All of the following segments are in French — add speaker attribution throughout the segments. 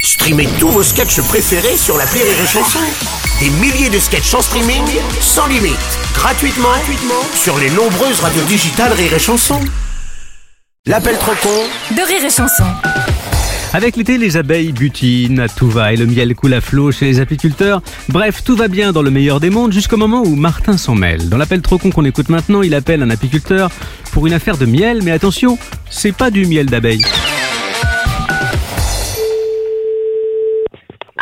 Speaker 1: Streamez tous vos sketchs préférés sur la Rire et Chanson. Des milliers de sketchs en streaming, sans limite, gratuitement, gratuitement sur les nombreuses radios digitales Rire et Chanson. L'appel trop con
Speaker 2: de rire et chanson.
Speaker 3: Avec l'été, les abeilles butinent à tout va et le miel coule à flot chez les apiculteurs. Bref, tout va bien dans le meilleur des mondes jusqu'au moment où Martin s'en mêle. Dans l'appel trop con qu'on écoute maintenant, il appelle un apiculteur pour une affaire de miel, mais attention, c'est pas du miel d'abeille.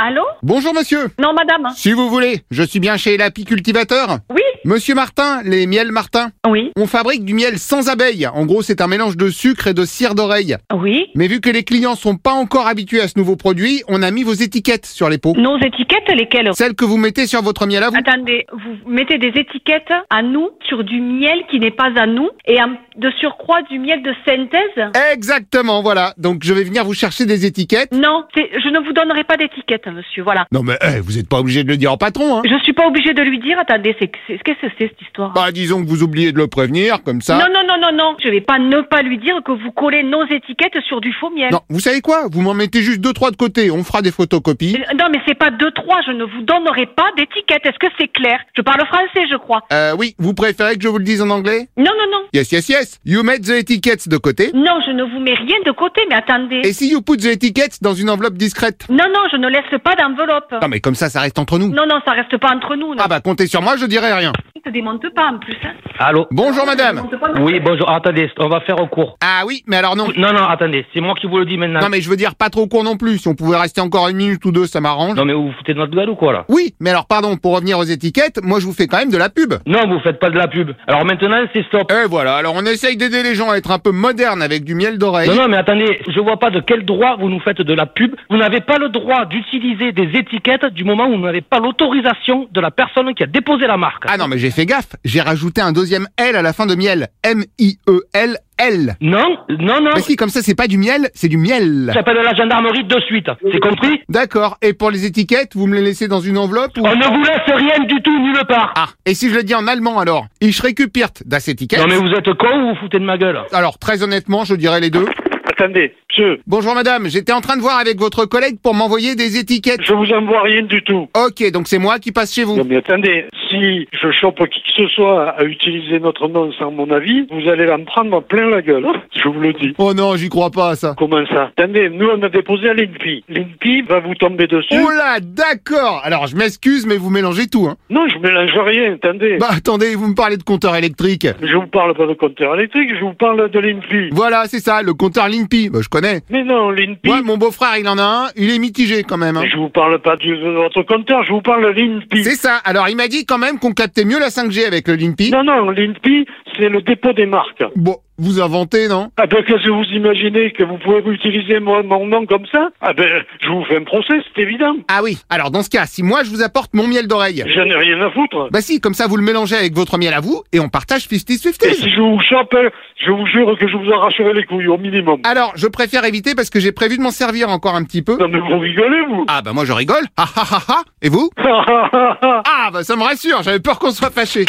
Speaker 4: Allô
Speaker 5: Bonjour monsieur
Speaker 4: Non, madame.
Speaker 5: Si vous voulez, je suis bien chez l'apicultivateur.
Speaker 4: Oui
Speaker 5: Monsieur Martin, les miels Martin.
Speaker 4: Oui.
Speaker 5: On fabrique du miel sans abeilles. En gros, c'est un mélange de sucre et de cire d'oreille.
Speaker 4: Oui.
Speaker 5: Mais vu que les clients sont pas encore habitués à ce nouveau produit, on a mis vos étiquettes sur les pots.
Speaker 4: Nos étiquettes, lesquelles
Speaker 5: Celles que vous mettez sur votre miel à vous.
Speaker 4: Attendez, vous mettez des étiquettes à nous sur du miel qui n'est pas à nous et en- de surcroît du miel de
Speaker 5: Euh.
Speaker 4: synthèse
Speaker 5: Exactement, voilà. Donc je vais venir vous chercher des étiquettes.
Speaker 4: Non, c'est- je ne vous donnerai pas d'étiquette, monsieur, voilà.
Speaker 5: Non mais eh, vous n'êtes pas obligé de le dire au patron, hein.
Speaker 4: Je suis pas obligée de lui dire, attendez, c'est c'est- qu'est-ce que c'est cette histoire
Speaker 5: Bah disons que vous oubliez de le prévenir, comme ça.
Speaker 4: Non, non, non, non, non, je vais pas ne pas lui dire que vous collez nos étiquettes sur du faux miel.
Speaker 5: Non, vous savez quoi Vous m'en mettez juste deux trois de côté. On fera des photocopies.
Speaker 4: Euh, Non, mais c'est pas deux, trois, je ne vous donnerai pas d'étiquette, est-ce que c'est clair Je parle français, je crois.
Speaker 5: Euh oui, vous préférez que je vous le dise en anglais
Speaker 4: Non, non, non.
Speaker 5: Yes, yes, yes. You met the etiquettes de côté.
Speaker 6: Mm.
Speaker 4: Non, je ne vous mets rien de côté, mais attendez.
Speaker 5: Et si you put the etiquettes dans une enveloppe discrète
Speaker 4: Non, non, je ne laisse pas d'enveloppe.
Speaker 5: Non mais comme ça, ça reste entre nous.
Speaker 4: Non, non, ça reste pas entre nous. Non.
Speaker 5: Ah bah comptez sur moi, je dirai rien.
Speaker 4: Ne te démonte pas en plus. Hein.
Speaker 6: Allô
Speaker 5: Bonjour madame.
Speaker 4: Démonte pas.
Speaker 6: Oui, bonjour. Attendez, on va faire au cours.
Speaker 5: Ah oui, mais alors non.
Speaker 6: Non, non, attendez, c'est moi qui vous le dis maintenant.
Speaker 5: Non mais je veux dire pas trop court non plus. Si on pouvait rester encore une minute ou deux, ça m'arrange.
Speaker 6: Non, mais vous vous foutez de notre gueule ou quoi, là
Speaker 5: Oui, mais alors pardon, pour revenir aux étiquettes, moi je vous fais quand même de la pub.
Speaker 6: Non, vous faites pas de la pub. Alors maintenant, c'est stop.
Speaker 5: Et voilà, alors on essaye d'aider les gens à être un peu modernes avec du miel d'oreille.
Speaker 6: Non, non, mais attendez, je vois pas de quel droit vous nous faites de la pub. Vous n'avez pas le droit d'utiliser des étiquettes du moment où vous n'avez pas l'autorisation de la personne qui a déposé la marque.
Speaker 5: Ah non mais j'ai fait gaffe, j'ai rajouté un deuxième L à la fin de miel. E M-I-E-L-L.
Speaker 6: Non, non, non.
Speaker 5: Bah si, comme ça c'est pas du miel, c'est du miel.
Speaker 6: J'appelle la gendarmerie de suite. C'est compris
Speaker 5: D'accord, et pour les étiquettes, vous me les laissez dans une enveloppe ou...
Speaker 6: On ne vous laisse rien du tout, nulle part.
Speaker 5: Ah, et si je le dis en allemand alors Ich récuperte das Etikett.
Speaker 6: Non, mais vous êtes con ou vous vous foutez de ma gueule
Speaker 5: Alors, très honnêtement, je dirais les deux.
Speaker 7: Attendez, je,
Speaker 5: Bonjour madame, j'étais en train de voir avec votre collègue pour m'envoyer des étiquettes.
Speaker 7: je vous envoie rien du tout.
Speaker 5: Ok, donc c'est moi qui passe chez vous.
Speaker 7: Non mais attendez, si je chope qui que ce soit à utiliser notre nom sans mon avis, vous allez en prendre plein la gueule, hein, je vous le dis.
Speaker 5: Oh non, j'y crois pas à ça.
Speaker 7: Comment ça Attendez, nous on a déposé à l'INPI. L'INPI va vous tomber dessus.
Speaker 5: Oh là, d'accord Alors, je m'excuse, mais vous mélangez tout, hein.
Speaker 7: Non, je mélange rien, attendez.
Speaker 5: Bah attendez, vous me parlez de compteur électrique.
Speaker 7: Je vous parle pas de compteur électrique, je vous parle de l'INPI.
Speaker 5: Voilà, c'est ça, le compteur Limpi. Bah, je connais.
Speaker 7: Mais non, l'INPI...
Speaker 5: Ouais, mon beau-frère, il en a un, il est mitigé quand même. hein.
Speaker 7: Je vous parle pas du- de votre compteur, je vous parle de l'INPI.
Speaker 5: C'est ça, alors il m'a dit quand même qu'on captait mieux la 5G avec le Limpi.
Speaker 7: Non, non, l'INPI, c'est le dépôt des marques.
Speaker 5: Bon, vous inventez, non
Speaker 7: Ah ben, qu'est-ce que vous imaginez que vous pouvez utiliser mon, mon nom comme ça Ah ben, je vous fais un procès, c'est évident.
Speaker 5: Ah oui, alors dans ce cas, si moi je vous apporte mon miel d'oreille,
Speaker 7: J'en ai rien à foutre.
Speaker 5: bah si, comme ça vous le mélangez avec votre miel à vous et on partage 50-50.
Speaker 7: Et si je vous chope, je vous jure que je vous arracherai les couilles, au minimum.
Speaker 5: Alors, je préfère éviter parce que j'ai prévu de m'en servir encore un petit peu.
Speaker 7: Non mais vous rigolez, vous
Speaker 5: Ah bah moi je rigole. Ah ah ah ah. Et vous
Speaker 7: Ah, ah, ah, ah.
Speaker 5: Ah bah ça me rassure, j'avais peur qu'on soit fâché.